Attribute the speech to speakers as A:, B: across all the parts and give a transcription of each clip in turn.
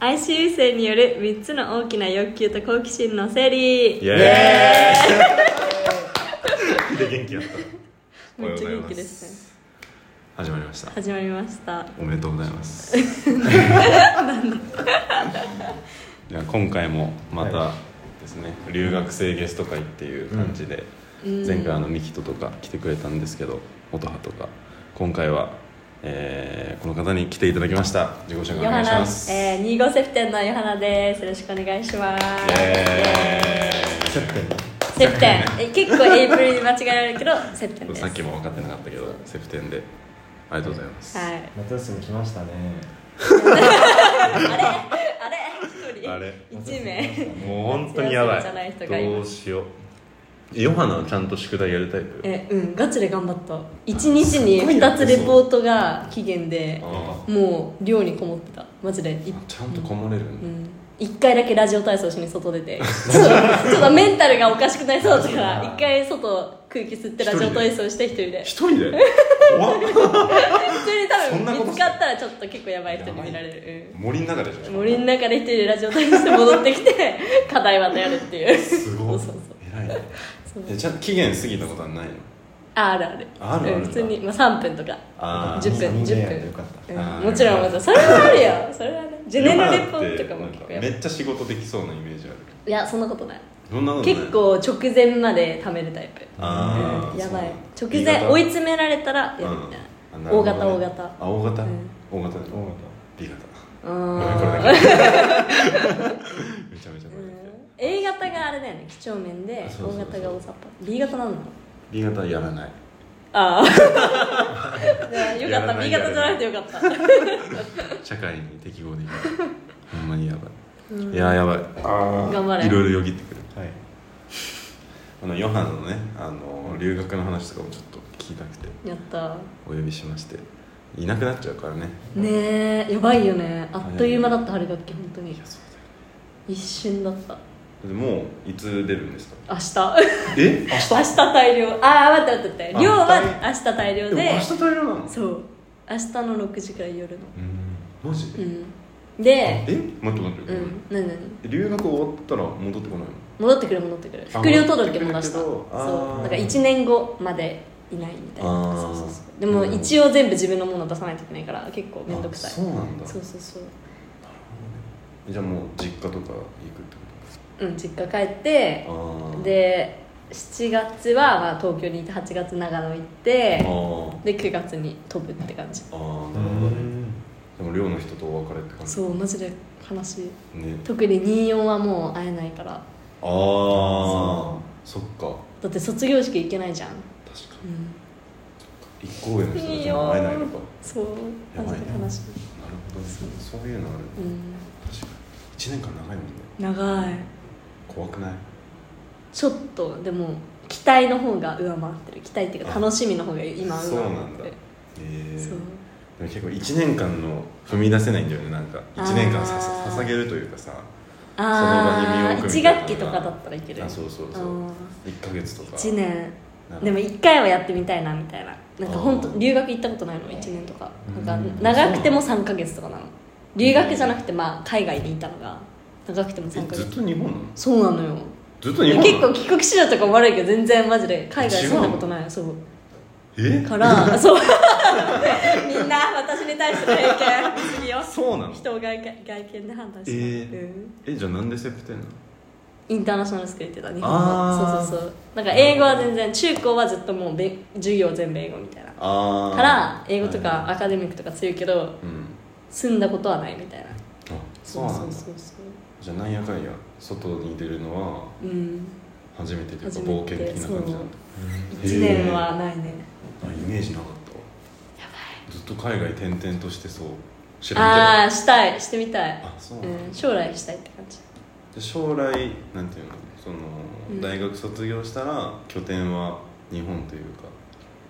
A: ICU 生による3つの大きな欲求と好奇心の整理
B: イエーイで元気だっ
A: めっちゃ元気ですね
B: た始まりました
A: 始まりました
B: おめでとうございますいや今回もまたですね、留学生ゲスト会っていう感じで、前回あのミキトとか来てくれたんですけど音羽とか今回は、えーこの方に来ていただきました自己紹介お
A: ヨ
B: 願
A: ハ
B: いしま
A: ナ、
B: す
A: えー、25セプテンのヨハナですよろしくお願いします
B: イエーイ
C: 接点
A: セプテンえ結構エイプリルに間違えられるけどセプテンです
B: さっき
A: も
B: も分かってなかったけどセプテンでありがとうございます、
A: はい
C: 夏休み来ましたね
A: あれ一人
B: あれ
A: 一名
B: もう本当にやば
A: 夏休みじゃない
B: い
A: 人がいます
B: どうしようヨハナはちゃんと宿題やるタイプ
A: えうんガチで頑張った一日に2つレポートが期限で
B: あ
A: もう寮にこもってたマジでい
B: あちゃんとこもれるん
A: う
B: だ、
A: ん一回だけラジオ体操しに外出 てちょっとちょっとメンタルがおかしくなりそうだったから一回外空気吸ってラジオ体 操して一人で
B: 一人で怖っ
A: 普通に多
B: そんなこ
A: 分
B: と
A: 見つかったらちょっと結構やばい人に見られる、
B: 森の中でし
A: うん、
B: ょ
A: 森の中で一人でラジオ体操して戻ってきて 課題またやるっていう
B: すごい
A: そうそう
B: 偉いね
A: そう
B: えちゃんと期限過ぎたことはないの
A: ああるある
B: あるある
A: うん普通に、まあ、3分とか
B: あー
A: 10分
C: 人間や
A: 10
C: でよ
A: 分
C: かった
A: う
B: あ
A: ん
B: ー
A: もちろんもちろんそれはあるよそれはねジェネのレポートとかも結構
B: な
A: や
B: ん
A: ば
B: め
A: い
B: っちゃ仕事できそうなイメージある
A: いやそんなことない
B: そんなことない
A: 結構直前まで貯めるタイプ
B: あー
A: やばい
B: そう
A: 直
B: なんだ
A: 前追い詰められたらやる
B: うん
A: みたいな
B: あなるほどね
A: 大型大型
B: あ大型、
A: うん
B: 大型
C: 大型
B: B 型
A: う
B: ご
A: ん
B: めんこれだけめちゃめちゃこれだけ
A: A 型があれだよね几帳面で
B: あそう
A: O
B: そうそう
A: 型が大雑把 B 型なんだ
B: B 型はやらない
A: あ あねよか
B: や
A: った
B: らない
A: B 型じゃなくてよかった
B: 社会に適合できないほんまにやばい、いやーやばいあー
A: 頑張れ
B: いろいろよぎってくる
C: はい
B: あのヨハンのねあの留学の話とかもちょっと聞きたくて
A: やった
B: お呼びしましていなくなっちゃうからね
A: ねえやばいよねあっという間だった春学期本当に一瞬だった
B: でもういつ出るんですか
A: 明日
B: え
A: 明日大量ああ待って待って待って
B: あ
A: 量は明日大量
B: で
A: で
B: も明日大量なの
A: そう明日の6時から夜の
B: うんマジ
A: う
B: で、
A: んで
B: え待って待って、
A: う
B: ごめ
A: ん何何
B: ん、留学終わったら戻ってこないの
A: 戻ってくる戻ってくる副僚届も出した
B: 戻ってくるけ
A: そ
B: どあー
A: うだから1年後までいないみたい
B: あ
A: な
B: ー
A: そうそうそうでも一応全部自分のもの出さないといけないから結構面倒くさい
B: あそうなんだ
A: そうそうそう
B: じゃあもう実家とか行くってこ
A: うん実家帰って
B: とあー
A: で7月はまあ東京にいて8月長野行っ
B: あ
A: て
B: ー
A: で9月に飛ぶって感じ
B: あー
C: う
B: なるほどね
C: ん
B: でも寮の人とお別れって感じ
A: そうマジで悲しい
B: ね
A: 特に24はもう会えないから
B: ああそっか
A: だって卒業式行けないじゃん、
B: 確か
A: うん、
B: に一行への人たちも会えないのかなる
A: そう
B: や
A: マジ
B: ばいね
A: で悲しい、
B: ほどねそういうのある
A: うん、
B: 確かに1年間長いもん
A: 長
B: ね
A: い
B: 怖くない
A: ちょっとでも期待の方が上回ってる期待っていうか楽しみの方が今上
B: そう
A: 回
B: なん
A: っ
B: だ
A: て
B: へ
A: る
B: え
A: そう
B: でも結構1年間の踏み出せないんだよねなんか1年間さ
A: あー
B: 捧げるというかさ
A: ああ
B: その場に身を置く
A: 1
B: みたいな
A: 学期とかだったらいける
B: あそうそうそう
A: あ
B: 1か月とか
A: 1年
B: なんか
A: でも1回はやってみたいなみたいななんか本
B: あ
A: 当
B: ー
A: 留学行ったことないの1年とか
B: うん
A: なんか長くても3か月とかなの留学じゃなくてまあ海外にいたのが長くても
B: え
A: 3か
B: ずっ
A: 月
B: と日本なの
A: そうなのよ
B: ずっと日本
A: 結
B: な
A: 構
B: の
A: 帰国子女とかも悪いけど全然マジで海外住んだことないそう
B: え
A: からそうみんな私に対しての偏見すぎよ
B: そうなの
A: 人を外見外見で判断して、
B: えー
A: うん
B: えじゃあなんでセプテンなの
A: インターナショナルスクール行ってた日本
B: あ
A: 語
B: ー
A: そうそうそうなんか英語は全然中高はずっともうべ授業全部英語みたいな
B: あー
A: から英語と
B: はい
A: かアカデミックとか強いけど
B: うん
A: 住んだことはないみたいな
B: あそうなんだ
A: そうそう
B: じゃあなんやかんや外に出るのは
A: そううん
B: 初めてというか
A: 初めて
B: 冒険的な感じなんだ
A: 1年はないね
B: あイメージなかったわずっと海外転々としてそう知らん
A: ああーしたいしてみた
B: け
A: い
B: どあそうな
A: うん
B: だ、
A: ん将来したいって感じ
B: で将来なんていうのその、
A: うん
B: 大学卒業したら拠点は日本というか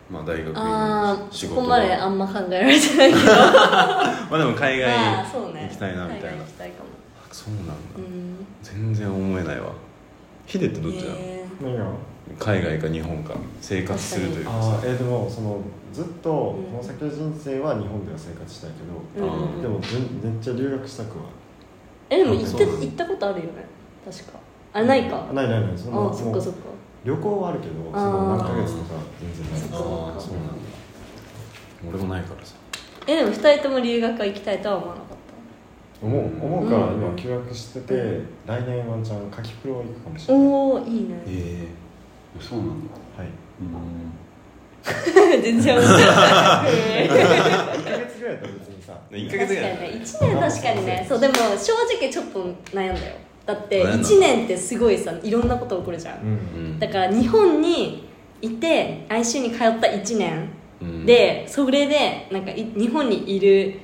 B: まあ大学
A: あ
B: の
A: あ
B: 仕
A: そ
B: 事
A: こまであ
B: ま
A: んま考えられてないけど
B: あでも海外
A: まあそうね
B: 行きたいなみたい
A: 海
B: な、
A: 外行きたいかも
B: あそうなんだ、
A: うん
B: 全然思えないわヒデってどっちなの、
A: ね
C: 何が
B: 海外か日本か生活するというか
C: あ
B: さ
C: ーえーでもそのずっとこ
A: ん
C: の先の人生は日本では生活したいけ
A: うん
C: どでも全めっちゃ留学したくは
A: うえでも行って
B: そうです
A: 行ったことあるよね確かあないか、
C: あないないないそんな
A: あそっ
C: もう
A: かそっか
C: 旅行はあるけどその何ヶ月とか全然ない
A: そっか
B: あ
A: そっ
B: あ
A: か
B: そうなんだ俺もないからさ
A: えでも2人とも留学は行きたいとは思わなかっ
C: 思う思うから
A: うん
C: 今休学してて、来年ワンチャン夏季プロ行くかもしたれない
A: おおいいね
B: ええそうなんだ
C: はい
B: うん
A: 全然面白いへ
C: 1ヶ月ぐらいだったら別にさ
B: 1
A: ー
B: ヶ
A: 確かにね1年 確
B: 月ぐらい
A: かにねそうでも正直ちょっと悩んだよだって
B: 悩んだ
A: 1年ってすごいさいろんなこと起こるじゃ
C: うん
B: うんん
A: だから日本にいて ICU に通った1年
B: うん
A: でそれでなんかい日本にいる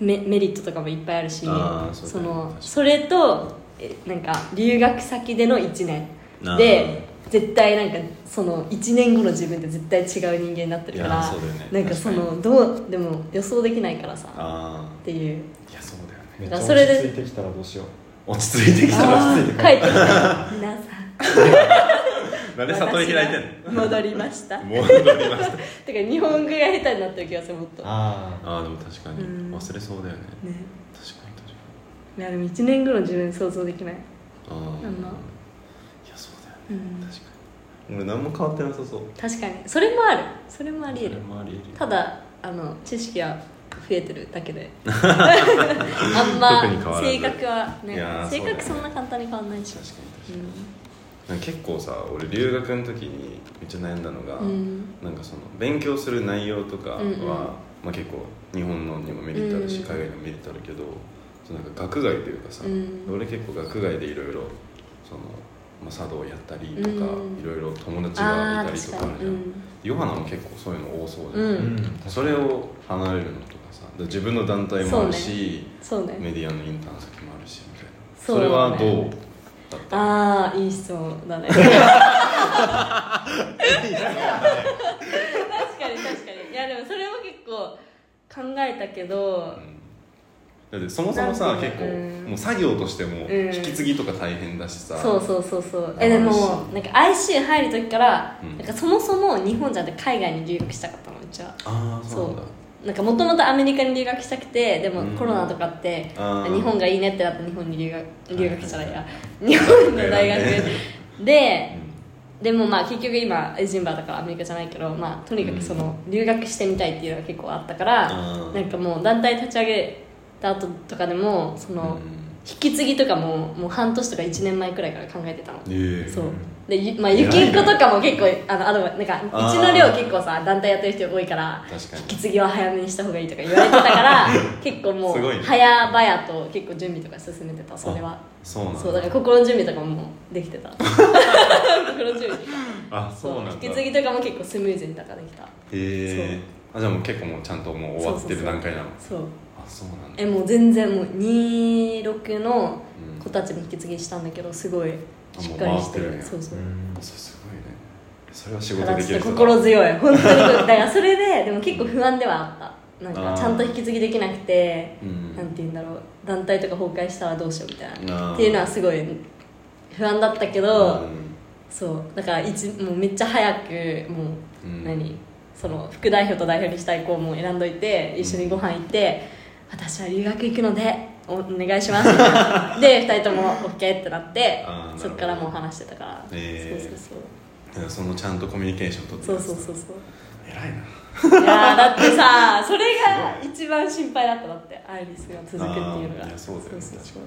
A: メメリットとかもいっぱいあるし
B: あーそうだ
A: そ
B: ね
A: の
B: 確かに
A: それとえなんか留学先での1年
B: あー
A: で絶対なんかその1年後の自分って絶対違う人間になってるか
B: いや
A: ら
B: ーそうだよね
A: なんかそ
B: 確か
A: のどうでも予想できないからさっ
B: あ
A: ていう
B: あいやそうだよ
C: め
B: ね
C: っちゃ
A: あそれで
C: 落ち着いてきたらどうしよ
B: 落ち着い てきたら
A: あ
B: 落
A: ー
B: ち着いて
A: 帰ってきた皆さん
B: なんで悟り開いてんの
A: 私が戻りました
B: もう戻りました
A: てか日本語が下手になってる気がするもっ
C: う
A: とね
C: ああ
B: ああでも確かに
A: うん
B: 忘れそうだよね確かに確か
A: い
B: に
A: やでも1年後の自分想像できない
B: ああ
A: なんだ
B: いやそうだよね
A: うん
B: 確かに俺何も変わってなさそう
A: 確かにそれもあるそれもありえ
B: そ
A: る
B: れもありえる
A: ただあの知識は増えてるだけ であん
B: 特に変
A: ま
B: わらず
A: 性格はね
B: いやー
A: 性格
B: そ
A: そ
B: うんだ
A: な簡単に変わんないし
B: 確か
A: う
B: に確かに
A: ん
B: なんか結構さ俺留学の時にめっちゃ悩んだのが、
A: うん
B: なんかその勉強する内容とかは、
A: うんうん
B: まあ、結構日本のにもメリットあるし、
A: うん
B: 海外にもメリットあるけどそのなんか学外というかさ、
A: うん
B: 俺結構学外でいろいろその、まあ、茶道やったりとかい
A: うん
B: ろいろ友達
A: あ
B: がい
A: あ
B: たりと
A: 確
B: か
A: か
B: ある
A: に
B: じ
A: う
B: ゃ、
A: んん
B: ヨハナも結構そういうの多そうじゃん、
A: うん
B: それを離れるのとかさだから自分の団体もあるし、
A: そうね
B: メディアのインターン先もあるしみたいなそ,、
A: そうだ
B: れ
A: ね
B: はどうだった
A: ああいい質問 だね確かに確かにいやでもそれも結構考えたけど
B: だってそもそもさ
A: なんかね
B: 結構
A: うん
B: もう作業としても
A: うん
B: 引き継ぎとか大変だしさ、
A: そうそうそうそう
B: あ
A: えでも
B: るし
A: なんか IC 入る時から、
B: うん
A: なんかそもそも日本じゃなくて海外に留学したかったのうちは
B: ああそうなんだ
A: なんかもともとアメリカに留学したくてでも
B: うん
A: コロナとかって、
B: あー
A: 日本がいいねってなって日本に留学留学したらい
B: はい
A: や日本の大
B: 大学
A: 学ででもまあ結局今エジンバーだからアメリカじゃないけど、まあ、とにかくその留学してみたいっていうのが結構あったから、
B: うん
A: なんかもう団体立ち上げた後とかでもその、
B: うん
A: 引き継ぎとかももう半年とか1年前くらいから考えてたの、
B: ええ
A: そうでゆまあゆきんことかも結構あのアドバイスなんか
B: あ
A: う
B: ー
A: ちの寮結構さ団体やってる人多いから
B: 確かに
A: 引き継ぎは早めにした方がいいとか言われてたから 結構もう
B: すごいね
A: 早々と結構準備とか進めてたそれは
B: あそうなんだ
A: そうだから心の準備とかももうできて た心の準備
B: あそうなんだ
A: 引き継ぎとかも結構スムーズにとかできた
B: えあじゃあもう結構もうちゃんともう終わってる段階なの
A: そう
B: あそうなんだ
A: えもう全然もう26の子たちも引き継ぎしたんだけどすごいしっかりして
B: あもう回ってるんや
A: そうそう、
C: うん
B: そうすごいねそれは仕
A: だ
B: 事
A: から
B: で
A: ち
B: き
A: ょ
B: る
A: っと
B: 人だ
A: 心強 い本当にだからそれででも結構不安ではあったなんか
B: あー
A: ちゃんと引き継ぎできなくて、
B: うん
A: なんて言うんだろう団体とか崩壊したらどうしようみたい
B: あ
A: な
B: ー
A: っていうのはすごい不安だったけど、
B: うん
A: そうだから一もうめっちゃ早くもう、
B: うん
A: 何その副代表と代表にしたい子も選んどいて一緒にご飯行って、私は留学行くのでおお願いし ますで2人とも OK ってなって
B: あーなるほ
A: そ
B: ど
A: っからもう話してたから、
B: へー
A: そう
B: だからそのちゃんとコミュニケーション取って
A: そうそう
B: る
A: そうそうそう
B: 偉いない
A: やーだってさそれが一番心配だっただってアイリスが続くっていうの
B: あーい
A: が
B: やそうだよね
A: そうそう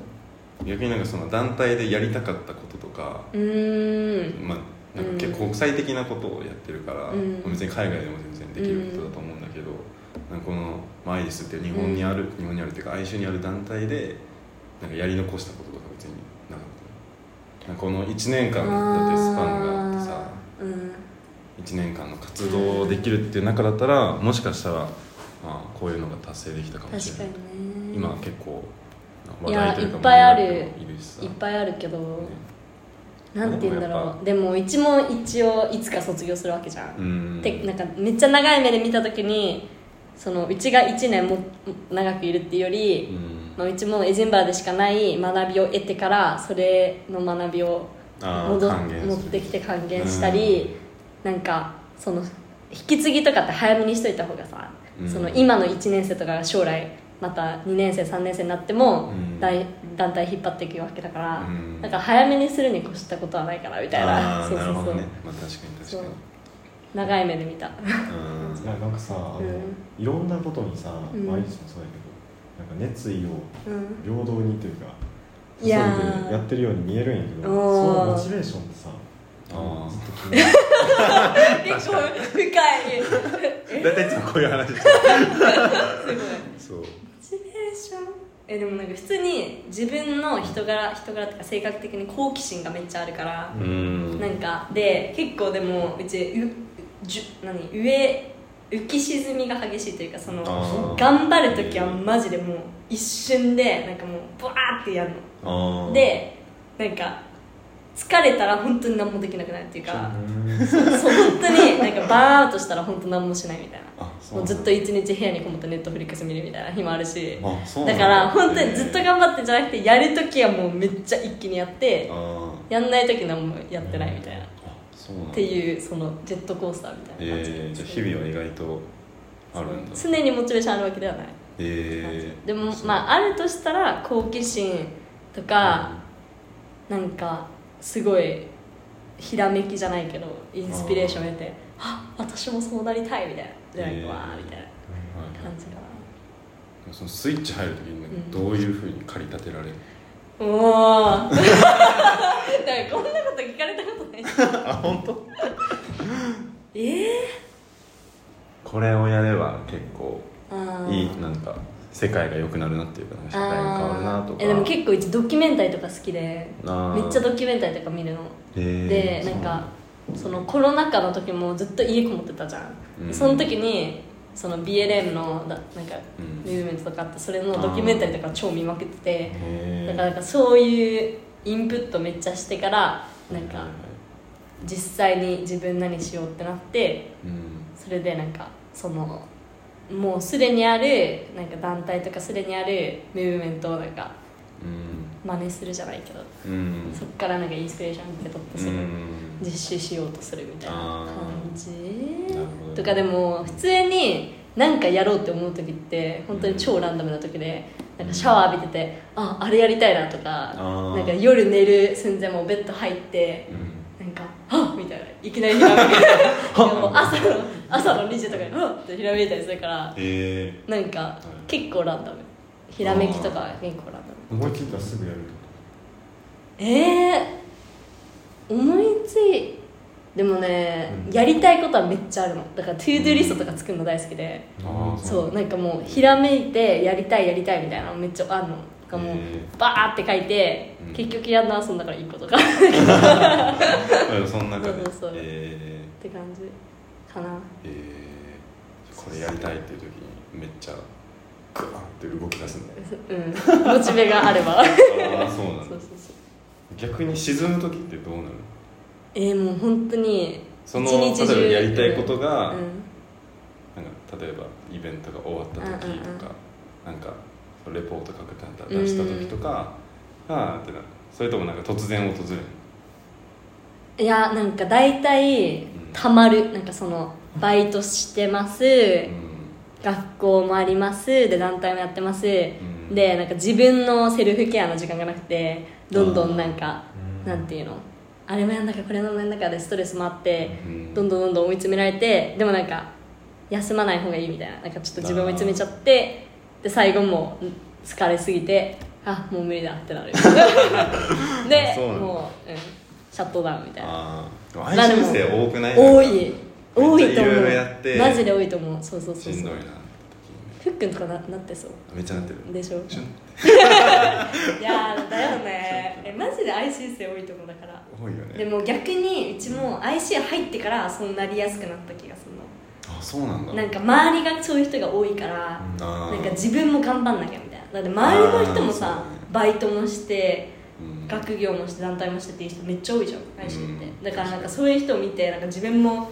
B: 逆になんかその団体でやりたかったこととか、
A: うーん
B: まあ、なんか結構国際的なことをやってるから、
A: うん
B: まあ別に海外でも全然できることだと思うんだけど、なんかこのまあアイリスっていう日本にある、日本にあるっていうか哀愁にある団体でなんかやり残したこととか別になかったなんかこの1年間だってスパンがあってさ
A: あーうん
B: 1年間の活動できるっていう中だったらもしかしたら、まあ、こういうのが達成できたかもし
A: 確
B: れ
A: か
B: ない
A: にね
B: 今結構
A: い
B: 話
A: や
B: 題というか
A: いっぱいある
B: 盛り上がってもいるしさ
A: いっぱいあるけど、
B: ね
A: なんて言うんだ
B: でもや
A: ろ
B: っ
A: うでも一問一応いつか卒業するわけじゃ、
B: うんん
A: でなんかめっちゃ長い目で見た時にそのうちが1年も長くいるっていうよ
B: う
A: り、
B: ん
A: まあ、うちもエジンバーでしかない学びを得てからそれの学びを
B: あー
A: 戻
B: 還元する
A: 持ってきて還元したり、なんかその引き継ぎとかって早めにしといた方がさ、
B: うん
A: その今の1年生とかが将来また2年生3年生になっても、
B: うん
A: 大団体引っ張っていくわけだから、
B: うん
A: なんか早めにするに越したことはないからみたいな
B: あー
A: そう
B: な
A: そ
B: る
A: う
B: ほ
A: そ
B: ど
A: う、
B: ね、まあ、確かに確
A: そう
B: かに
A: 長い目で見た
B: うん
C: いやなんかさあの、
A: うん
C: いろんなことにさ
A: うん
C: 毎日もそうだけど、なんか熱意を
A: うん
C: 平等にというか注
A: い
C: いで
A: やー
C: やってるように見えるんやけど
A: おー
C: そのモチベーションってさ
B: あー
C: ずっと気になる
A: 結構深い
B: 大体いつもこういう話してる
A: すごい
B: そう
A: モチベーションえでもなんか普通に自分の人柄人柄とか性格的に好奇心がめっちゃあるから、
B: うん
A: なんかで結構でもうちうじゅ何上浮き沈みが激しいというかその
B: あー
A: 頑張る時はマジでもう一瞬でなんかもうブワーってやる
B: あー
A: のでなんか疲れたら本当に何もできなくなるっていうか
C: う
A: そう本当になんかバーンとしたら本当何もしないみたいな
B: あそう
A: もうずっと一日部屋にこもってネットフリックス見るみたいな日もあるし
B: あそうな
A: だ
B: ん
A: から本当にずっと頑張ってんじゃなくてやる時はもうめっちゃ一気にやって
B: あ
A: やんない時何もやってないみたいな
B: ーあそうなん
A: って
B: う
A: いうそのジェットコースターみたいな感じ
B: えー、じゃあ日々は意外とあるんだ
A: 常にモチベーションあるわけではない、
B: えー、
A: でも
B: そう
A: まああるとしたら好奇心とか、なんかすごいひらめきじゃないけどインスピレーションを得てあ私もそうなりたいみたいなじゃない
B: えー
A: わーみたいな
B: はいはい
A: 感じかな、
B: そのスイッチ入るときにどういうふうに駆り立てられる、
A: おおなんかこんなこと聞かれたことない
B: あ本当
A: ええ
B: これをやれば結構
A: ー、
B: いいなんか世界が良くなるなっていうかなんか社会が変わるなと
A: あ
B: か
A: ーえでも結構うちドキュメンタリーとか好きでめっちゃド
B: キ
A: キュメンタリーとか見るの
B: えー、
A: で
B: そ
A: な
B: うん
A: かそのコロナ禍の時もずっと家こもってたじゃん、
B: うん
A: その時にその BLM のだなんか
B: うん
A: ムーブメントとかあってそれのドキュメンタリーとか超見まくってて
B: へ
A: だ
B: ー
A: からなんかそういうインプットめっちゃしてからなん
B: はい
A: か
B: はい
A: 実際に自分何しようってなって
B: うん
A: それでなんかそのもうすでにあるなんか団体とかすでにあるムーブメントをなんか
B: うん
A: 真似するじゃないけど
B: うん
A: そっからなんかインスピレーション受け取ってそれ
B: うん
A: 実施しようとするみたいな感じ
B: なるほど
A: とかでも普通に何かやろうって思う時って本当に超ランダムな時でなんかシャワー浴びててああれやりたいなとか
B: ー
A: なんか夜寝る寸前もベッド入って
B: うん
A: なんか「あっ!」みたいないきなりひらめいてでも朝の朝の2時とかに「あっ!」ってひらめいたりするから
B: え
A: なんか結構ランダムひらめきとか結構ランダム
C: ん思い切ったらすぐやると
A: えー、思いついでもね、やりたいことはめっちゃあるのだからトゥードゥリストとか作るの大好きで、
B: ー、あー
A: そうなんかもうひらめいてやりたいやりたいみたいなのめっちゃあるのとかもう
B: へー
A: バーって書いて、
B: うん
A: 結局やんの遊んだから1個とかっ
B: うんその中
A: そ
B: で
A: うそうそう
B: えー
A: て感じかな
B: えー、これやりたいっていう時にめっちゃグワーって動き出すんだよ
A: うんモチベがあれば
B: ああそうなん
A: そ
B: だ
A: うそうそう
B: 逆に沈む時ってどうなる
A: えー、もう本当に
B: その
A: 一日中
B: 例えばやりたいことが、
A: うん
B: なんか例えばイベントが終わった時とか、なんかレポート書くたんだ
A: うん
B: 出した時とか、ああってなるそれともなんか突然訪れる
A: いやなんか大体たまるなんかそのバイトしてます、学校もありますで団体もやってます、
B: ん
A: でなんか自分のセルフケアの時間がなくてどんどんなんか、
C: うん
A: なんていうのあれもやんなきゃこれもやんなきゃでストレスもあって、
B: うん
A: どんどんどんどん追い詰められてでもなんか休まない方がいいみたいななんかちょっと自分を追い詰めちゃってで最後もうん疲れすぎてあもう無理だって なるで
B: そうなんだ
A: もう、うん、シャットダウンみたいな
B: ああ
A: まあで
B: 愛
A: も
B: 習生多くない
A: 多い多い
B: めっち
A: と
B: ゃ
A: 思
B: いろいうろやって
A: マジで多いと思うそうそう
B: し
A: そうそうん
B: どいな
A: ふっくんとかななってそう
B: めっちゃなってる
A: でしょ
B: シュン
A: いやーだよねえマジで IC 生多いと思うだから
B: 多いよね
A: でも逆にうちも IC 入ってからそうなりやすくなった気がする
B: あそうなん
A: の
B: だ
A: なんか周りがそういう人が多いから、
B: あ
A: なんか
B: ー
A: 自分も頑張んなきゃみたいなだって周りの人も
B: あー
A: さ
B: そうだね
A: バイトもして
B: うん
A: 学業もして団体もしてっていう人めっちゃ多いじゃん IC って、
B: うん
A: だからなんかそういう人を見てなんか自分も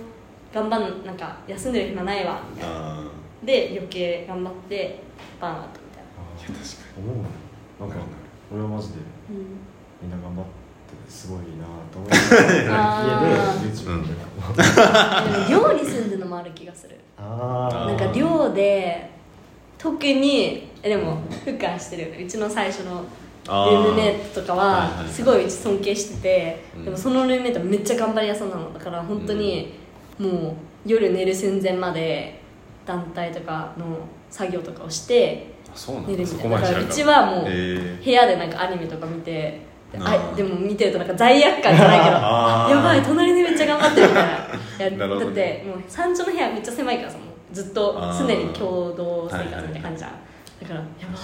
A: 頑張んなんか休んでる暇ないわみたいな
B: あ
A: で余計頑張ってバーンアウトみたいな
C: あ
B: ーい
C: ー
B: や確か
C: 思うねなん
B: なる
C: か
B: ほど
C: 俺はマジで
A: うん
C: みんな頑張ってすごいなと思って
A: あー
C: 家で YouTube 見てた
A: でも寮に住んでるのもある気がする
C: あ
A: なん
C: ー
A: か寮で特にえでも復活してるうちの最初のル
B: あ
A: ームメイトとか
B: はいはい
A: は
B: はい
A: すごいうち尊敬してて、
B: うん
A: でもそのルームメイトめっちゃ頑張り屋さんなのだから本当にもう夜寝る寸前まで団体とかの作業とかをして
B: あそうなん
A: 寝る
B: だ
A: み
B: そ
A: た
B: こ
A: い
B: ま
A: な
B: で
A: だ
B: 知
A: かららうちは
B: んかった
A: もう
B: えー
A: 部屋でなんかアニメとか見て
B: あ
A: あ
B: ー
A: でも見てるとなんか罪悪感じゃないけど
B: あー
A: やばい隣でめっちゃ頑張ってるみたいなや
B: ないるほ
A: だ
B: ど
A: ってもう三丁の部屋めっちゃ狭いからさもうずっと常に共同生活みたいな感じじゃん、だからやば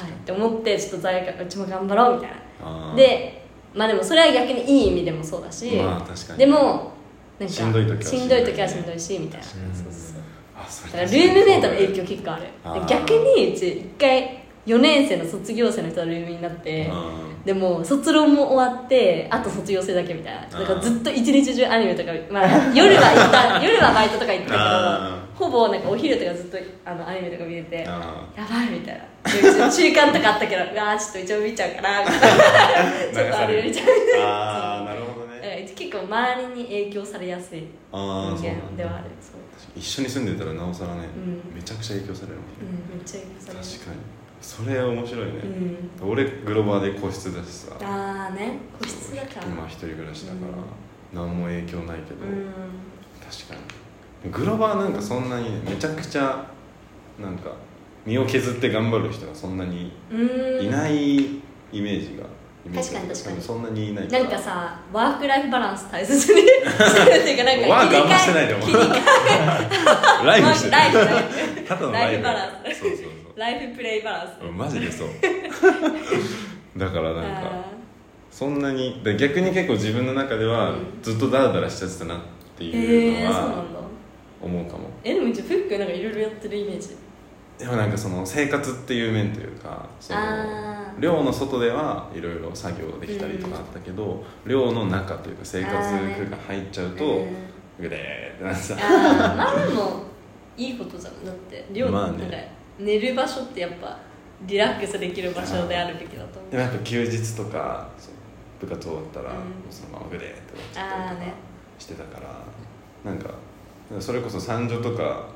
A: いって思ってちょっと罪悪感うちも頑張ろうみたい
B: あ
A: な
B: ー
A: でまあでもそれは逆にいい意味でもそうだし、
B: まあ確かに
A: でもなんか
B: しんどい時はし
A: し
B: んどい
A: んどい時はしんどいしみたいな
B: 確
A: そ
B: かに
A: うそうそう
B: あそ
A: だ
B: れ
A: からルームメイトの影響結構ある
B: あー
A: で逆にうち一回4年生の卒業生の人とルームになって、
B: うん
A: でも卒論も終わってあと卒業生だけみたいなだからずっと一日中アニメとか、まあ、 夜は行 った夜はバイトとか行ってた
B: あ
A: けどほぼなんかお昼とかずっとあのアニメとか見れてや
B: あ
A: ばいみたいなでうち中間とかあったけど うわーちょっと一応見ちゃうかなみたいな
B: ー
A: ちょっとあれ見ちゃう
B: あーなるほど
A: だ
B: ね
A: から結構周りに影響されやすい人
B: ああそうなん
A: 間で
B: だ
A: はあるそう
B: 一緒に住んでたらなおさらね、
A: うん
B: めちゃくちゃ影響されるもん
A: う
B: ね、
A: ん、めっちゃ影響される
B: 確かにそれ面白いね、
A: うん
B: 俺グローバーで個室だしさ
A: ああね個室だから
B: 今一人暮らしだから、
A: う
B: 何も影響ないけど、
A: うん
B: 確かにグローバーなんかそんなにねめちゃくちゃなんか身を削って頑張る人がそんなに
A: うん
B: いないイメージが、イメー
A: 確
B: ジが
A: かに確かに
B: そんなにいない
A: なんかさワークライフバランス大切に っていうかなんか
B: ワークあんましてないでも
A: 切り替え
B: ライフしてる
A: ライフライフ
B: ただのライフ
A: ライフバラン
B: そうそう
A: ライフプレイバランス
B: そうマジでそう だからなんか
A: あ
B: そんなにで逆に結構自分の中では
A: うん
B: ずっとダラダラしちゃってたなって
A: ー
B: いう
A: へえ
B: の
A: ー、そうな
B: は
A: んだ
B: 思うかも
A: えでもうちフックなんかいろいろやってるイメージ
B: でもなんかその生活っていう面というかその
A: あー
B: 寮の外ではいろいろ作業できたりとかあったけど、寮の中というか生活空間入っちゃうと
A: うん
B: グレーってなってさ
A: あーまあでもいいことじゃんだって寮
B: まあ
A: なん
B: ね
A: か寝る場所ってやっぱリラックスできる場所であるべきだと思
B: で
A: う
B: もやっぱ休日とかその部活終わったら、
A: うん
B: もうそのままグレーってなっちゃったりと
A: あーね
B: かしてたから、なんかそれこそ三女とか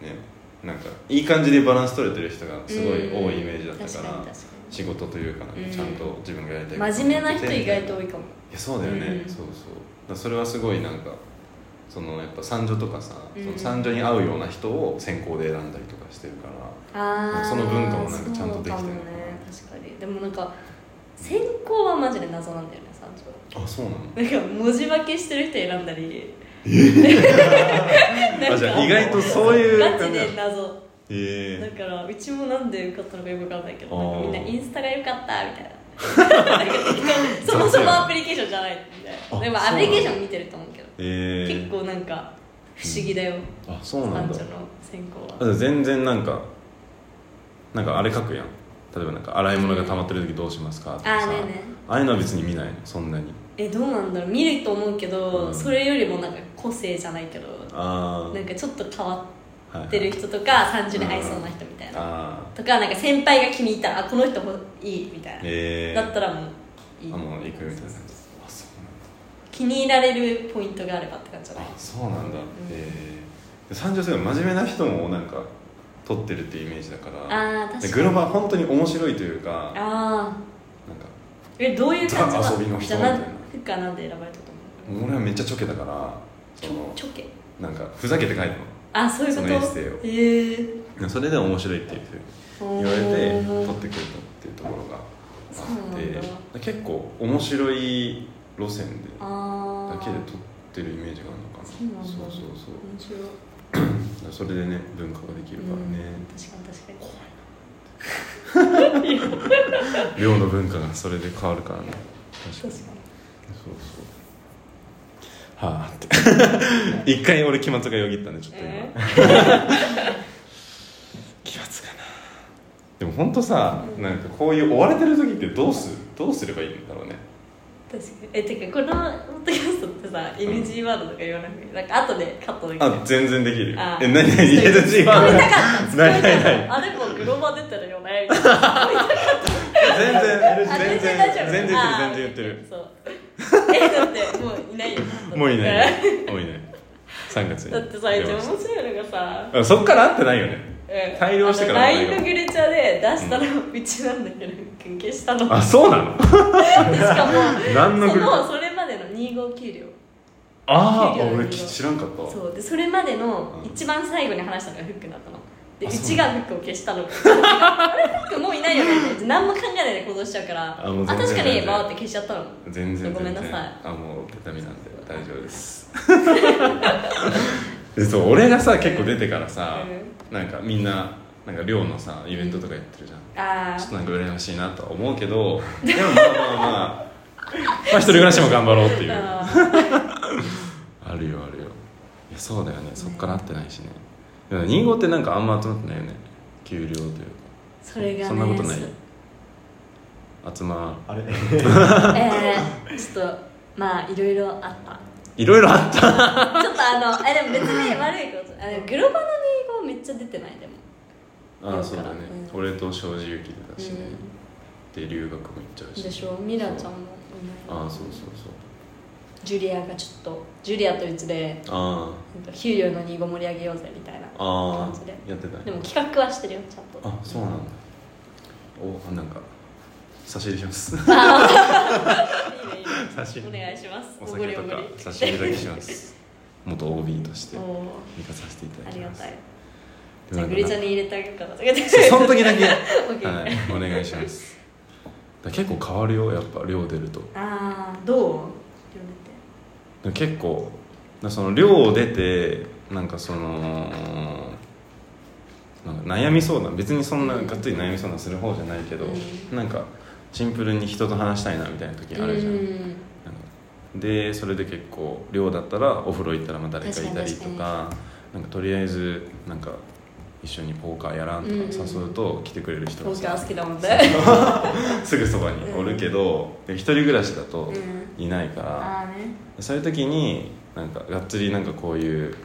B: ねなんかいい感じでバランス取れてる人がすごい多いイメージだったから、
A: うん確かに確か
B: 仕事というかなんかちゃんと自分がやりたいこと
A: に真面目な人意外と多いかも
B: いやそうだよね、
A: うん
B: そうそうだからそれはすごいなんかそのやっぱ三女とかさ、
A: うん
B: その三女に合うような人を選考で選んだりとかしてるから
A: あー
B: その文化もなんかちゃんとできてるのか
A: そ
B: な
A: うもね確かにでもなんか選考はマジで謎なんだよね三条
B: あそうなの
A: なんか文字分けしてる人選んだりなんか
B: あじゃあ意外とそういう
A: ガチ
B: 感じな
A: で
B: の
A: 謎
B: え
A: だ
B: え
A: からうちもなんで受かったのかよく分かんないけど
B: あー
A: なんかみんなインスタが良かったみたい ななんか適当そもそもアプリケーションじゃないみたいな
B: あ
A: でも
B: そうな
A: ア
B: の
A: プリケーション見てると思うけど
B: ええ
A: 結構なんか不思議だよ
B: あそう
A: 三
B: な
A: 女
B: ん
A: の
B: だ
A: 選考
B: あ
A: は
B: と全然なんかなんかあれ書くやん例えばなんか洗い物が溜まってる時どうしますかとか
A: あ
B: さ
A: ーねえねえ
B: ああいうのは別に見ないのそんなに
A: えどうなんだろう見ると思うけど、
B: うん
A: それよりもなんか個性じゃないけど
B: あ
A: なんかちょっと変わ
B: あ、はいはい
A: ってる人とか30年合いそうな人みたいな、
B: ああ
A: とかなんか先輩が気に入ったらあこの人もいいみたいな、
B: ええ
A: だったらもういい
B: あもう行くみたいな感じ
A: そうそう
B: あそうなんだ
A: 気に入られるポイントがあればって感じじゃない
B: あそうなんだ、へえ三条線は真面目な人もなんか撮ってるっていうイメージだから
A: ああー確か
B: で
A: に
B: グロバー本当に面白いというかなんか
A: ああえどういう感じ
B: ザ遊びの人
A: じゃあなふ
B: みたいな
A: っかなんで選ばれたと思う
B: 俺はめっちゃチョケだから
A: ち
B: そ
A: ょ
B: の
A: ちょけ
B: なんかふざけて書いた
A: あそういうこと
B: そのエッセイを
A: ええ
B: のそれで面白いっていうふうに言われて撮ってくれたっていうところがあっ
A: そうな
B: て
A: んだ
B: で結構面白い路線でだ
A: ああ
B: けで撮ってるイメージがあるのかな
A: そうなんだ
B: そうそうそう
A: 面白い
B: だからそれでね文化ができるからね、
A: うん確かに確かに
B: 寮の文化がそれで変わるからね確
A: 確かに
B: そうそうはあっ て一回俺期末がよぎったねちょっと今、
A: え
B: 期末かなでも本当さなんかこういう追われてる時ってどうするどうすればいいんだろうね
A: 確かにえてかこのポッドキャストってさ NG ワードとか言わなくていいなんか後でカットできる
B: あ全然できるよ
A: あ
B: え何
A: ちょ
B: 何
A: っと
B: NG ワード
A: 聞こえたかった
B: ないないない
A: あでもグローバー出てるよねみたいな
B: 全然
A: あ
B: 全然全
A: 大丈
B: 然
A: 夫
B: 全然言ってる
A: あ
B: 全然言ってる
A: そうえだってもういないよ
B: もういないもういない3月に
A: だってさ一応
B: 出ま
A: 面
B: し
A: 白いのがさ
B: たあそっから会ってないよね
A: うん
B: 対応してから
A: あの LINE のグレチャで出したのうちなんだけど消したのし
B: あそうなの
A: かも
B: 何の
A: そ
B: グループ
A: のそれまでの2号給料
B: ああ
A: 給料
B: 俺知らんかったわ
A: そうでそれまでの
B: うん
A: 一番最後に話したのがフックだったのでう
B: あそう
A: ちがフックを消したのあれフックもういないよねって何も考えないで行動しちゃうから
B: あもう全然
A: 確か
B: 全
A: に
B: 然
A: バーって消しちゃったの
B: 全然
A: ごめんな
B: 全
A: さい
B: 然あもう手紙なんで大丈夫です でそう俺がさ結構出てからさ、なんかみんななんか寮のさイベントとかやってるじゃん
A: あ
B: ちょっ
A: あ
B: となんか羨ましいなとは思うけどでもまあまあまあまあ一人暮らしも頑張ろうってい うあるよあるよいやそうだよねそっから会ってないしねでも2号ってなんかあんま集まってないよね給料というか
A: それがね
B: そんなことない集ま
C: あれ
A: えー、ちょっとまあいろいろあった
B: いろいろあった
A: ちょっとあのえでも別に悪いことあでもグローバルの英語めっちゃ出てないでも
B: ああそうだね、
A: う
B: 俺と庄司ゆき出たしね、で留学も行っちゃうし
A: でしょミラちゃんもいない
B: ああそうそうそう
A: ジュリアがちょっとジュリアとうちで
B: あ
A: うんと給料の2号盛り上げようぜみたいな
B: ああ
A: 感じで
B: あやってた
A: でも企画はしてるよちゃんと
B: あそうなんだおあなんか差し入れしま
A: い
B: す
A: いね
B: 刺
A: いい ねお願いします
B: お
A: おご
B: 酒
A: り
B: と
A: おご
B: か
A: り
B: 差し入れだけします元 OB として
A: お
B: 行
A: お
B: かさせていた
A: あ
B: だ
A: り
B: き
A: が
B: ます
A: たい
B: で
A: じゃあ
B: もなん
A: グ
B: か
A: リちゃんに入れてあげるからそ
B: その 時だけ
A: OK
B: はいお願いしますだから結構変わるよやっぱ寮出ると
A: ああどう読めて
B: 結構なその寮を出てなんかそのなんか悩み相談別にそんながっつり悩み相談する方じゃないけど、
A: う
B: なんかシンプルに人と話したいなみたいな時あるじゃん、
A: うん
B: なんかでそれで結構寮だったらお風呂行ったらまあ誰かいたりと
A: 確かに確
B: かなんかとりあえずなんか一緒にポーカーやらんとか
A: うんうん
B: 誘うと来てくれる人
A: ポ
B: が
A: ーカー好
B: さ
A: きだもんね
B: すぐそばにおるけどで一人暮らしだと
A: う
B: いないから。
A: ああね
B: そういう時になんかがっつりなんかこういう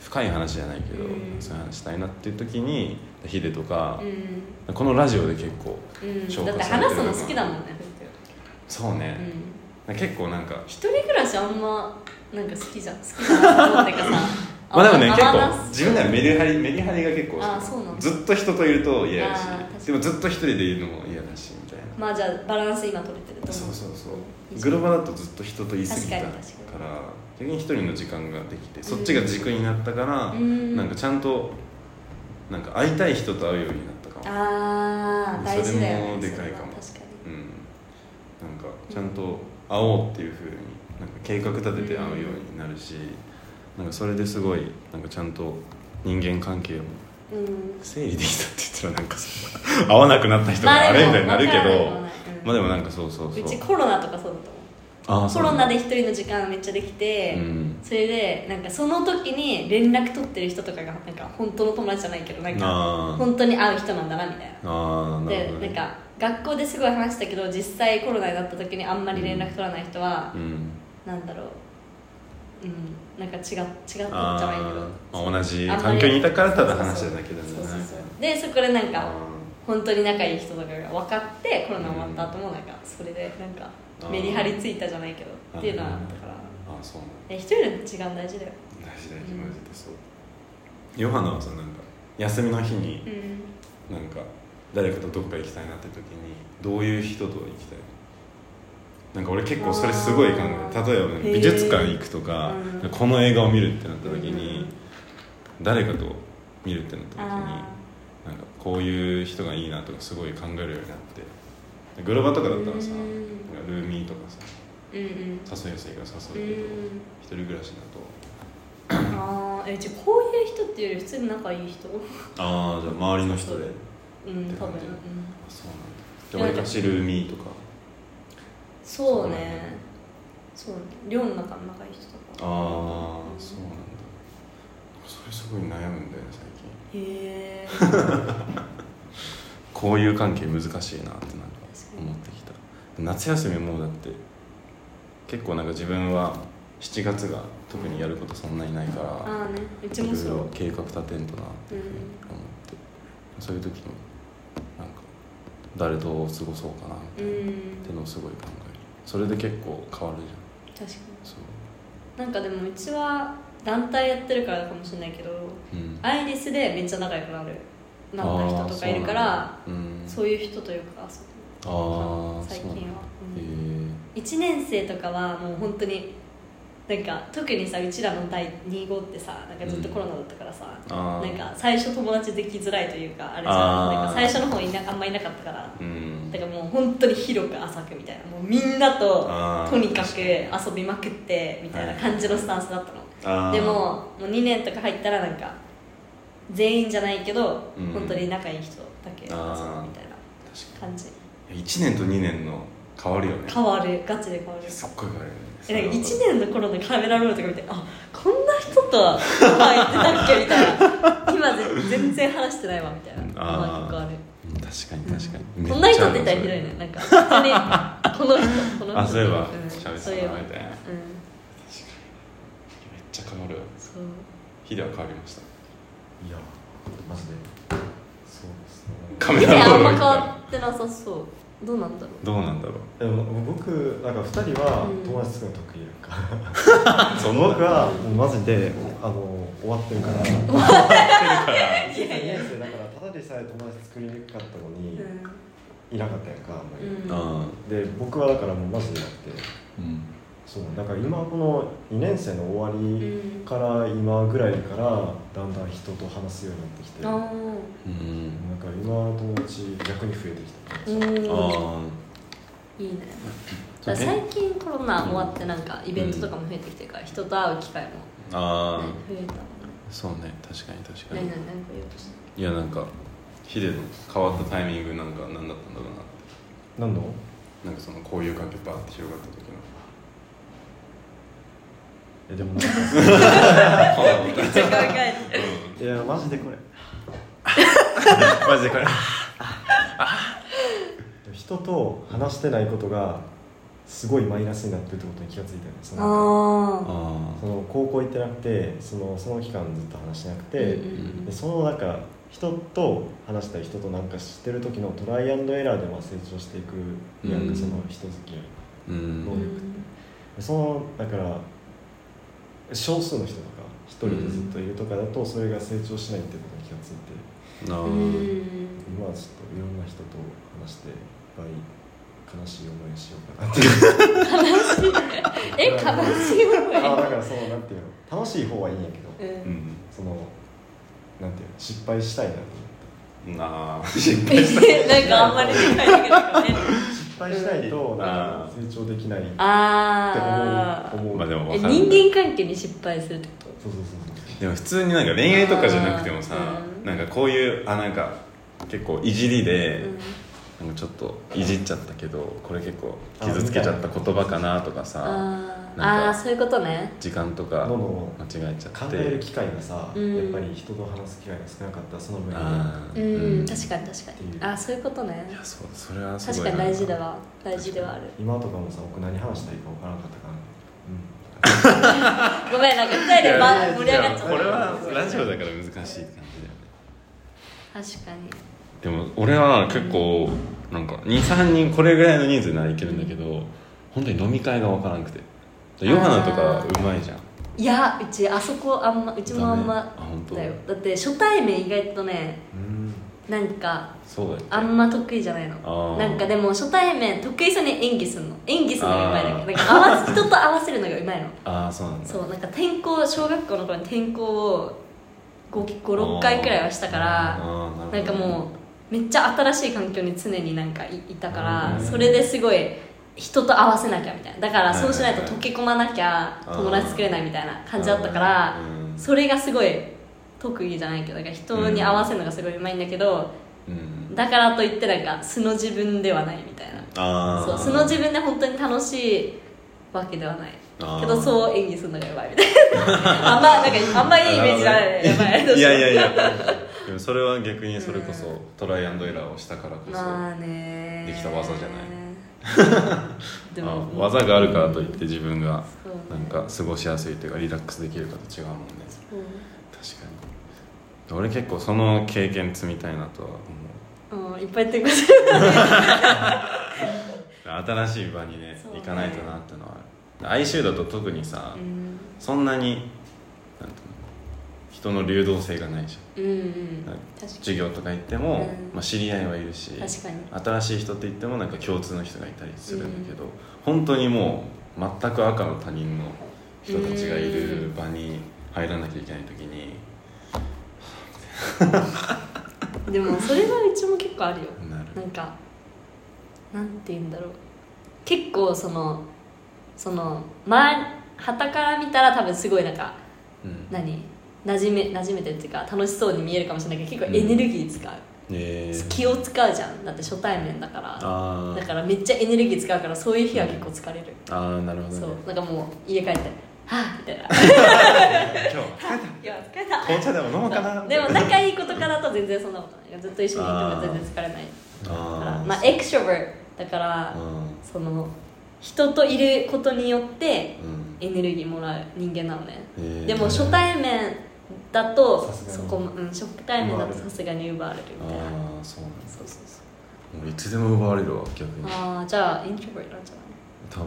B: 深い話じゃないけど、
A: うん
B: そういう話したいなっていう時にヒデとか
A: う、ん
B: このラジオで結構
A: うん
B: 消
A: だっ
B: 化
A: て
B: され
A: 話
B: てる
A: す
B: ような
A: の好きだもんね
B: そう
A: う
B: ね、
A: ん
B: 結構なんか
A: 一人暮らしあんまなんか好きじゃん好きだなって思ってかさ
B: まあでもね結
A: 甘な
B: 構自分ではメリハリメリハリが結構
A: あそうなんだ
B: ずっと人といると嫌やし
A: あー確かに
B: でもずっと一人でいるのも嫌だしみたいな
A: まあじゃあバランス今取れてると思う
B: そうそうそ
A: いうい
B: グローバだとずっと人と言い過ぎたか
A: 確かに確
B: ら逆に一人の時間ができてそっちが軸になったから、
A: うん
B: なんかちゃんとなんか会いたい人と会うようになったかも
A: ああ大事だよね
B: それもでかいかも
A: それは
B: うん、なんかちゃんと会おうっていうふうになんか計画立てて会うようになるし、なんかそれですごいなんかちゃんと人間関係を
A: 確かにうん
B: 整理できたって言ったらなんかその会わなくなった人があれみたいになるけどまあでもなんかそうそうそう
A: うちコロナとかそうだと思う
B: あー
A: コ
B: そう
A: ロ
B: なんだ
A: ナで一人の時間めっちゃできて、
B: うん
A: それでなんかその時に連絡取ってる人とかがなんか本当の友達じゃないけどなんか
B: あー
A: 本当に会う人なんだなみたいな
B: あーなる
A: で
B: ほど、
A: な
B: ね、
A: んか学校ですごい話したけど実際コロナになった時にあんまり連絡取らない人は
B: う、ん
A: なんだろううんなんか違っ違ったんじゃないけど
B: あー、まあ、同じ
A: あんまり
B: 環境にいたからただ話しただけだ
A: そうそう
B: ね
A: そうでそこでなんか
B: あ
A: 本当に仲いい人とかが分かってコロナ終わった後もなんかそれでなんか
B: あー
A: メリハリついたじゃないけどっていうのはあったから
B: ーあーそうなんだ
A: え一人の時間大事だよ
B: 大事大事マジでそう、ヨハナはさなんか休みの日に
A: うん
B: なんか誰かとどっか行きたいなって時にどういう人と行きたいなんか俺結構それすごい考
A: あ
B: え
A: ー
B: る例えばね
A: へー
B: 美術館行くとか、
A: うん
B: この映画を見るってなった時に、
A: うん
B: 誰かと見るってなった時に
A: あ
B: なんかこういう人がいいなとかすごい考えるようになってでグローバとかだったらさ、
A: うん
B: なんかルーミーとか
A: ーうん
B: さ誘いやすいか
A: う
B: ら
A: ん
B: 誘うけど、
A: うん
B: 一人暮らしだと
A: あーえじゃあこういう人っていうより普通に仲いい人
B: ああじゃあ周りの人で
A: うん多分、うん、
B: あそうなんだじゃあ俺が知るミーとか
A: そうねそう寮の中の仲いい人とか
B: ああそうなんだそれすごい悩むんだよね最近
A: へえ 確か
B: こういう関係難しいなってなんか思
A: に
B: ってきた夏休みもうだって結構なんか自分は7月が特にやることそんなにないから、
A: ああねうち
B: いろ
A: も
B: い
A: そう
B: ろ計画立てんとなっていうふうに思って、そういう時になんか誰と過ごそうかなみた
A: う
B: いな、っ
A: ん
B: てのをすごい考えるそれで結構変わるじ
A: 確か
B: ゃんそう
A: になんかでもうちは団体やってるからかもしれないけど
B: うん
A: アイリスでめっちゃ仲良くなるなった人とかいるから
B: あーそうなんだうん
A: そういう人とよく遊
B: あー
A: ぶ最
B: そうなん
A: 近
B: だ
A: は、
B: へ
A: うん
B: ー
A: 1年生とかはもう本当になんか特にさうちらの第2号ってさなんかずっとコロナだったからさ、
B: あー
A: なんか最初友達できづらいというかあれじゃ
B: あ
A: ん
B: ー
A: なんか最初の方いなあんまいなかったから
B: うん
A: だからもう本当に広く浅くみたいなもうみんなと
B: あー
A: とにかく遊びまくってみたいな感じのスタンスだったの、
B: あー
A: でももう2年とか入ったらなんか全員じゃないけど、
B: うん
A: 本当に仲いい人だけ遊ぶみたいな
B: あー
A: 感じ
B: 1年と2年の変わるよね
A: 変わるガチで変わ る
B: すっごい変わるよね
A: えなんか1年の頃のカメラロールとか見てあこんな人とは言ってたっけみたい な今ぜ全然話してないわみたいなまあ結構ある
B: うん確かに確かに
A: こんな人って言ったらひどい
B: めっちゃある
A: ねなんか普通にこの人この人
B: あそういえば
A: うん
B: 喋ってた
A: そういえば
B: な
A: うん
B: みたいなめっちゃ変わるわ
A: そう
B: 日では変わりました
C: いやマジでそうですね
B: カメ
A: 見て
B: ラ
A: あん
B: ロー
A: ま
B: ル
A: 変わってなさそうどうなんだろう
B: どうなんだろう
C: でも僕なんか2人は
A: うん
C: 友達作るの得意やんか、
B: その
C: 僕はもうマジであの終わってるから終わ ってるから
A: いやいや
C: 年生だからただでさえ友達作りにくかったの
A: う
C: に、
A: ん
C: いなかったやんかあんまり、
A: うん
B: あ
C: で僕はだからもうマジでやって
B: うん
C: そうだから今この2年生の終わり
A: うん
C: から今ぐらいからだんだん人と話すようになってきて
A: あ
C: なんか
A: ー
B: うん
C: 今友達逆に増えてきた
A: う
C: 感
B: あ
C: じ
A: ん
B: ー
A: いいねだから最近コロナ終わってなんかイベントとかも増えてきてるから人と会う機会も
B: あ
A: ね
B: ー
A: 増えたもん
B: そうね確かに確か
A: ね何
B: に
A: 何何か言おうとした
B: いやなんかヒデの変わったタイミングなんか何だったんだろうなって
C: 何の
B: なんかその交友関係バーって広がった時の
C: えでもなんか
A: めっちゃ考えて
C: いやマジでこれ
B: マジでこれ
C: 人と話してないことがすごいマイナスになってるってことに気がついたよねそ
A: あ
C: の
A: あ
B: あ
C: その高校行ってなくてそのその期間ずっと話してなくて、
A: うん
C: でそのなんか人と話したり人となんか知ってる時のトライアンドエラーでまあ成長していくやんか、
B: うん
C: その人付き合い
B: ーうん
A: う
C: 能
A: ん
C: 力そのだから少数の人とか一人でずっといるとかだとそれが成長しないってことに気がついて
B: なあ
A: うん
C: 今はちょっといろんな人と話していっぱい悲しい思いをしようかなって
A: え悲しい思い
C: あだからそのなんていうの楽しい方はいいんやけど、
A: うん
B: うん
C: そのなんていうの失敗したいなと思って
B: なあ心配
A: なんかあんまり理解できないからね
C: 失敗しないとなんか成長できないって
A: あ
C: 思う思う
B: まあでも
A: あえ
B: わかんない
A: 人間関係に失敗するってこ
C: そうそうそうそう
B: でも普通になんか恋愛とかじゃなくてもさ
A: あーうん
B: なんかこういうあなんか結構いじり
A: と
B: で、
A: うん
B: なんかちょっといじっちゃったけどこれ結構傷つけちゃった言葉かなとかさ
A: あー
B: なん
A: あ
B: か
A: ーそういうことね
B: 時間とか
C: どんどん
B: 間違えちゃ
C: 考
B: っ
C: える
B: て
C: 機会がさ、
A: うん
C: やっぱり人と話す機会が少なかったその分
B: あ
A: う
B: ー
A: ん
B: い
A: 確かに確かにあーそういうことね
B: やそうそれはす
A: 確
B: ご
A: か
B: い
A: に
B: な
A: 大事では大事ではある
C: 今とかもさ僕何話したらいいか分からなかったから、
A: ごめんなんか2人でバーッ盛り上がっちゃ
B: いやこれ
A: っ
B: はラジオだから難しい感じだよね
A: た確かに
B: でも俺は結構なんか23人これぐらいの人数ならいけるんだけど本当に飲み会が分からなくてヨハナとかうまいじゃん
A: いやうちあそこあんまうちもあんま
B: ダメあ本当
A: だよだって初対面意外とね
C: うんうん
A: なんか
B: そうだよね
A: あんま得意じゃない
B: あ
A: の
B: ー
A: なんかでも初対面得意そうに演技するの演技するのがうまいだ
B: あー
A: けなんか合わせ人と合わせるのがうまいの
B: ああそうなんだ
A: そうなんか転校小学校の頃に転校を56回くらいはしたから
B: あー
A: なん
B: る
A: か
B: ほど
A: もうめっちゃ新しい環境に常になんかいいたから
B: うん
A: それですごい人と合わせなきゃみたいなだからそうしないと
B: はい
A: 溶
B: はいはい
A: け込まなきゃ
B: あー
A: 友達作れないみたいな感じだったから
B: うん
A: それがすごい特技じゃないけどだから人に合わせるのがすごいうまいんだけど、
B: うん
A: だからといってなんか素の自分ではないみたいな
B: あ
A: そう
B: あ
A: 素の自分で本当に楽しいわけではない
B: あー
A: けどそう演技するのがやばいみたいな あんまなんかあんまいいイメージじゃないやばい
B: いやいやい
A: や
B: やでもそれは逆にそれこそトライアンドエラーをしたからこそ、
A: まあね
B: できた技じゃない
A: で
B: あ
A: も
B: 技があるからといって自分が
A: そうね
B: なんか過ごしやすいというかリラックスできるかと違うもんね
A: う
B: 確かに俺結構その経験積みたいなとは思うん
A: うんいっぱい言ってください
B: 新しい場にね
A: そうね
B: 行かないとなってのはある哀愁だと特にさ、
A: うん
B: そんなになんていうの人の流動性がないじ
A: うんうん
B: はい
A: 確かに
B: ゃん授業とか行っても、
A: うん
B: まあ、知り合いはいるし
A: 確かに
B: 新しい人って言ってもなんか共通の人がいたりするんだけど、本当にもう全く赤の他人の人たちがいる場に入らなきゃいけない時に
A: でもそれはうちも結構あるよ
B: なる
A: なんかなんて言うんだろう結構そのその前旗から見たら多分すごいなんか
B: うん
A: 何なじめ馴染めてっていうか楽しそうに見えるかもしれないけど結構エネルギー使う、
B: えー、
A: 気を使うじゃんだって初対面だから
B: あ
A: だ
B: ー
A: からめっちゃエネルギー使うからそういう日は結構疲れる、
B: あーなるほど
A: そ
B: ね
A: うなんかもう家帰って「はあ」みたいな
B: 今日
A: 「いや疲れた」
B: 紅茶でも飲もうかな
A: でも仲いい子とかだと全然そんなことないよずっと一緒にいても全然疲れないから
B: あー
A: まあエクショバーだから
B: う
A: その人といることによって
B: んうん
A: エネルギーもらう人間なのね、
B: えー
A: でも初対面だと
C: さす
A: そ
C: がに
A: こも、うん、初対面だとさすがに奪われるみたいな
B: ああそうなんだ
A: そうそうそう
B: もういつでも奪われるわ逆に
A: ああじゃあイントロバートなんじゃな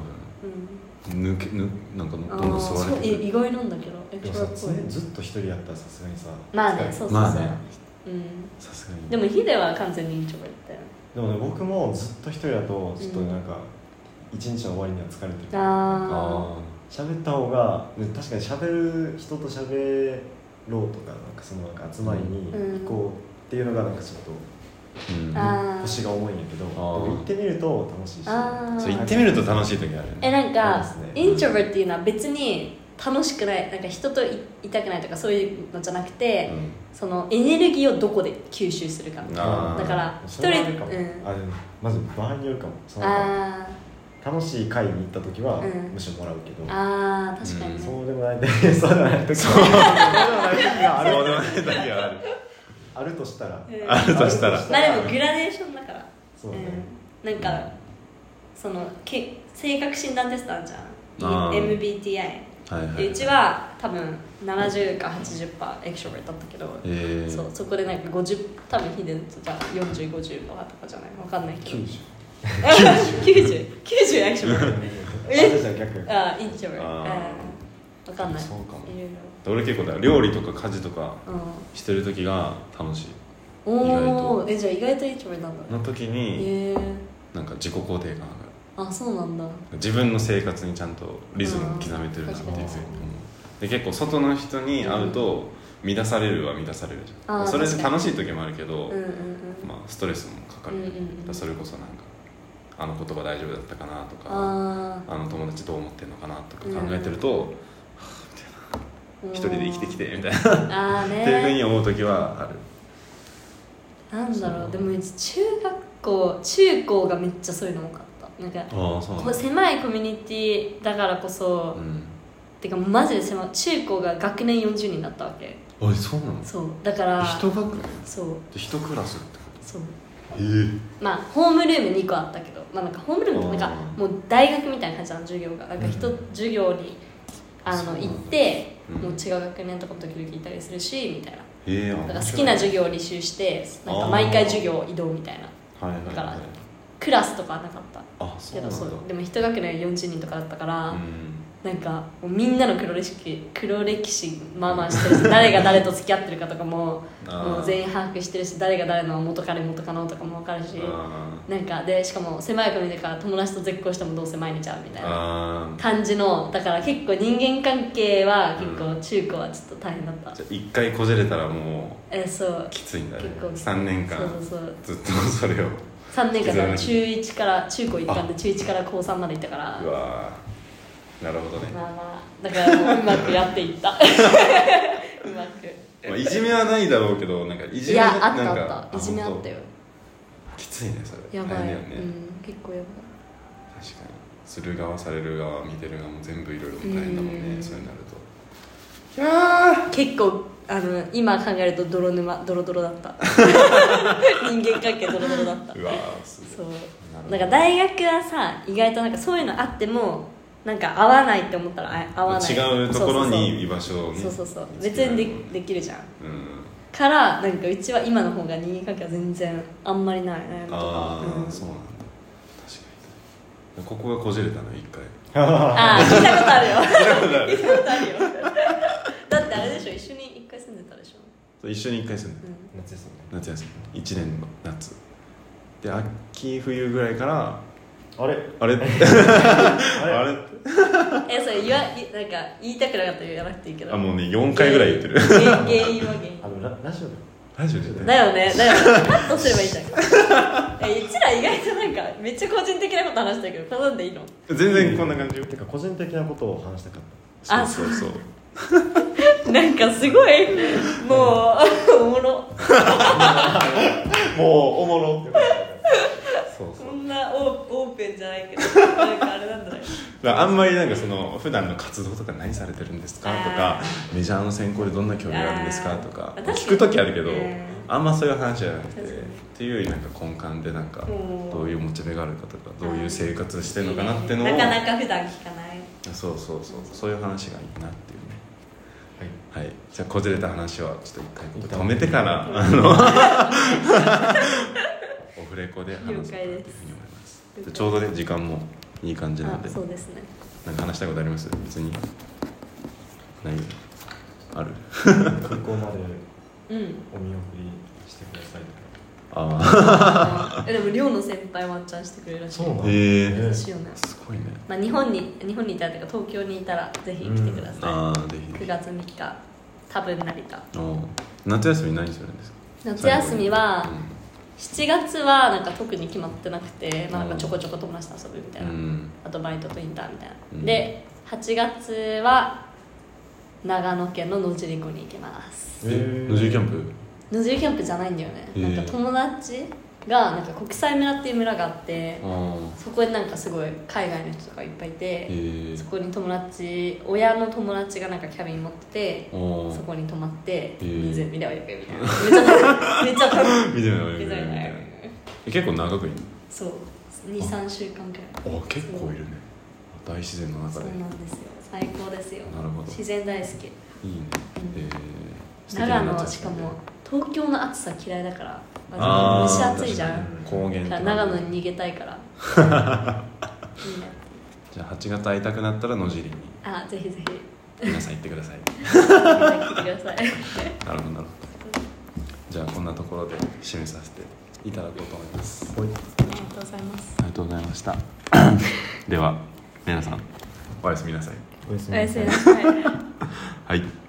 B: 多
A: い、うん
B: 分抜けぬなんかどん
A: あ
B: どん吸わ
A: ー
B: れ
A: そう
B: てく
A: え
B: る
A: 意外なんだけどエク
C: で
A: ス
C: も
A: トラ
C: さ
A: っぽ
C: 常
A: い
C: にずっと一人やったらさすがにさ
A: まあね
C: 疲れる
A: そうそうそう、
B: まあね
A: うん、
B: さすがに
A: でもヒデは完全にイントロバートだよね
C: でもね僕もずっと一人だとちょっとなんか一日の終わりには疲れてる
A: あ
B: あ
C: 喋った方がね確かに喋る人と喋ろうとかなんかそのなんか集まりに行こうっていうのがなんかちょっと
B: ーうん
A: あー
C: 腰が重いんやけどで
B: あー
C: も行ってみると楽しいし
A: あー
B: そう行ってみると楽しい時あるよ
A: え
B: ね
A: なんか、
C: そうですね
A: イントロバートっていうのは別に楽しくないなんか人といいたくないとかそういうのじゃなくて、そのエネルギーをどこで吸収するかみたい
B: あ
A: な
B: ー
A: だから一
C: それはある
A: 人
C: かも、
A: うん
C: あでもまず場合によるかもそのなんか
A: あ
C: 楽しい会に行った時は
A: うん
C: むしろもらうけど、
A: ーあー確かにね、
C: そうでもないでそうでもない時そうでもない時があ
B: あれも
C: る
B: でもない時はある
C: あるとしたら、
A: うん
B: あるとしたら
A: まあでもグラデーションだから
C: そうね、
A: うん、なんか、そのけ性格診断テストあるじゃ
B: あ
A: ん
B: ー
A: MBTI
B: はいは
A: で
B: いう
A: ちは多分70か80%エクショベルだったけど、
B: えー
A: そうそこでなんか50多分ヒデとじゃ4050とかじゃないわかんないけど
C: 九十。
A: 9090 90エクショベ ルえ
C: あじゃあ逆。
A: あインチョベル
B: あ
A: うんわかんない
B: そうかも
A: いろい
B: 俺結構だから料理とか家事とか
A: ろうん
B: してる時が楽しい
A: おおえじゃあ意外とインチョベルなんだ
B: の時に
A: へえ
B: なんか自己肯定感上がる
A: あそうなんだ
B: 自分の生活にちゃんとリズムを刻めてるなっていう、
A: うん
B: うん
A: 確かに
B: で結構外の人に会うと乱されるは乱されるじゃん、
A: あー
B: それで
A: 確かに
B: 楽しい時もあるけど、
A: うんうんうん
B: まあ、ストレスもかかる、
A: うんうんうん
B: だからそれこそなんかあの言葉大丈夫だったかなとかあ
A: ああ
B: の友達どう思ってんのかなとか考えてると一人で生きてきてみたいな、
A: ああね
B: っていうふうに思う時はある
A: なんだろうでもうち中学校中高がめっちゃそういうの多かったなんか
B: ああそ
A: こう狭いコミュニティだからこそ、
B: うん
A: てかマジで狭い中高が学年40人だったわけ
B: あれそうなの
A: そうだから
B: 一学年
A: そう
B: 一クラスってこ
A: そう
B: とええ
A: まあホームルーム2個あったけどまあなんかホームルームってなんか
B: あー
A: もう大学みたいな感じなの授業がなんか人、
B: うん
A: 授業にあ
B: そう
A: の
B: なんだ
A: 行って、
B: うん
A: もう違う学年とかも時々いたりするしみたいな
B: ええあ
A: だから好
B: 面白
A: き
B: い
A: な授業を履修してなんか毎回授業移動みたいな
B: はいはいはい
A: だからクラスとかはなかった
B: あそ
A: け
B: うな
A: ど
B: んだ
A: そうでも一学年40人とかだったから、
B: うん
A: なんかもうみんなの黒歴史黒歴史まあまあしてるし誰が誰と付き合ってるかとかも
B: あー
A: もう全員把握してるし誰が誰の元彼元カノとかも分かるし
B: あ
A: なんかでしかも狭い国だから友達と絶交してもどうせ毎日会うみた
B: ー
A: いな
B: あ
A: 感じのだから結構人間関係は結構中高はちょっと大変だった、
B: ーじゃあ一回こじれたらも
A: えそう
B: うきついんだね
A: 結構
B: 3年間
A: そうそうそう
B: ずっとそれを
A: 3年間だから
B: 引
A: 中
B: きず
A: 1から中高一貫で中1から高3まで行ったから
B: うわーなるほどね、
A: まあまあだからもううまくやっていった うまく
B: まあ、いじめはないだろうけどなんかいじ
A: い
B: め
A: や
B: が
A: あっ
B: なん
A: たあ
B: か
A: ったいじめあったよ
B: 本当きついねそれ
A: やば
B: 大
A: い、
B: 変だよね、
A: うん結構やばい
B: 確かにする側される側見てる側も全部いろいろ大変だもん
A: う
B: ね
A: ん
B: そうなるといや
A: 結構あの今考えると泥沼ドロドロだった 人間関係ドロドロだった
B: ーうわーす
A: そ
B: ごいうな
A: なん
B: る
A: か
B: ほど
A: 大学はさ意外となんかそういうのあってもなんか合わないって思ったらあ合わない
B: 違うところに居場所をね
A: そうそうそうそうそうそう
B: 見つ
A: 別
B: けら
A: にで
B: れるもんね
A: できるじゃん
B: うん
A: からなんかうちは今の方が人間関係は全然あんまりない悩みとか
B: ああ、
A: うん
B: そうなんだ確かにここがこじれたの一回
A: ああ聞いたことあるよ聞いたことあるよだってあれでしょ一緒に一回住んで
B: そう一緒に1回住んで
C: 夏休み
B: 夏休み1年の夏で秋冬ぐらいから
C: あれ
B: あれ
C: あ れ
B: あれ
A: えそれ言わいなんか言いたくなかったら言わなくていいけど
B: あもうね4回ぐらい言ってる
A: 原因原因は原因
C: あのララジオでも
B: ラジオで
A: だ
B: ね
A: よねだよねカットすればいいじゃ んえうちら意外となんかめっちゃ個人的なこと話したけどこんなんでいいの
B: 全然こんな感じよ
C: てか個人的なことを話したかった
A: あ
B: そうそうそう
A: なんかすごいもうおもろ
C: もうおもろ
B: そうそう
A: こんなオーオープンじゃないけどなんかあれなんだね
B: だからあんまりなんかその普段の活動とか何されてるんですかとか
A: あ
B: メジャーの選考でどんな興味があるんですかとか
A: あー
B: 聞く時あるけど
A: 確かにね
B: あんまそういう話じゃなくてっ
A: 確かに
B: ていうよりなんか根幹でなんか
A: うん
B: どういうモチベがあるかとかどういう生活してるのかなってのを
A: なかなか普段聞かない
B: そうそうそうそういう話がいいなっていうね
C: はい
B: はいじゃあこじれた話はちょっと一回ここで止めてからあのオフレコで話そうかなというふうに思います
A: 了解です
B: でちょうどね時間もいい感じなん
A: あ
B: で
A: そうですね
B: なんか話したいことあります別にないある
C: 空港まで
A: うん
C: お見送りしてくださいと
B: あ
A: えでも寮の先輩ワンチャンしてくれるら
C: か
A: しい
C: そうなん
B: あ
C: だ
B: へえ
A: 嬉しいよね
B: すごいね
A: まあ、日本に日本にいたらというか東京にいたらぜひ来てくださ
B: ああぜ
A: い、
B: ひ
A: 9月3日多分成田
B: あー夏休み何するんですか
A: 夏休みは7月はなんか特に決まってなくて、まあ、なんかちょこちょこ友達と遊ぶみたい
B: 最後
A: な、
B: にうん
A: あとバイトとインターンみたいな、
B: うん
A: で8月は長野県の野尻湖に行きます
B: うんえ野獣キャンプ
A: 野尻キャンプじゃないんだよね、
B: えー
A: なんか友達がなんか国際村っていう村があって
B: あー
A: そこになんかすごい海外の人とかいっぱいいて、
B: え
A: そこに友達親の友達がなんかキャビン持ってて
B: あー
A: そこに泊まって
B: えー
A: 湖で泳ぐみたいなめっちゃ楽しい
B: 見てみよう
A: めっちゃ楽しい湖
B: 見てみ
A: で
B: よう見てみよ
A: 泳
B: う
A: ぐ
B: え結構長くいる
A: そう23週間くらい
B: あ結構いるね大自然の
A: そ
B: 中
A: う
B: で
A: なんですよ最高ですよ
B: なるほど
A: 自然大好き
B: いいね
A: うん
B: えー
A: 長野しか
B: 素敵な
A: も
B: 夏
A: 東京の暑さ嫌いだから
B: あ
A: 蒸し
B: ー
A: 暑いじゃん
C: 確
B: 休み
A: だ
B: で高
A: から長
B: 原と
A: 野に逃げたいから いいね
B: じゃあ8月空いたくなったら野尻に
A: あぜひ ぜひ
B: 皆さん行ってく ださい
A: 来てください
B: なるほどなるほどじゃあこんなところで締めさせていただこうと思います
C: おい
A: ありがとうございます
B: ありがとうございました では皆さんおやすみなさい
C: おやす
A: お
C: みな
A: やす
C: さ
A: み
C: い
A: なさい
B: はい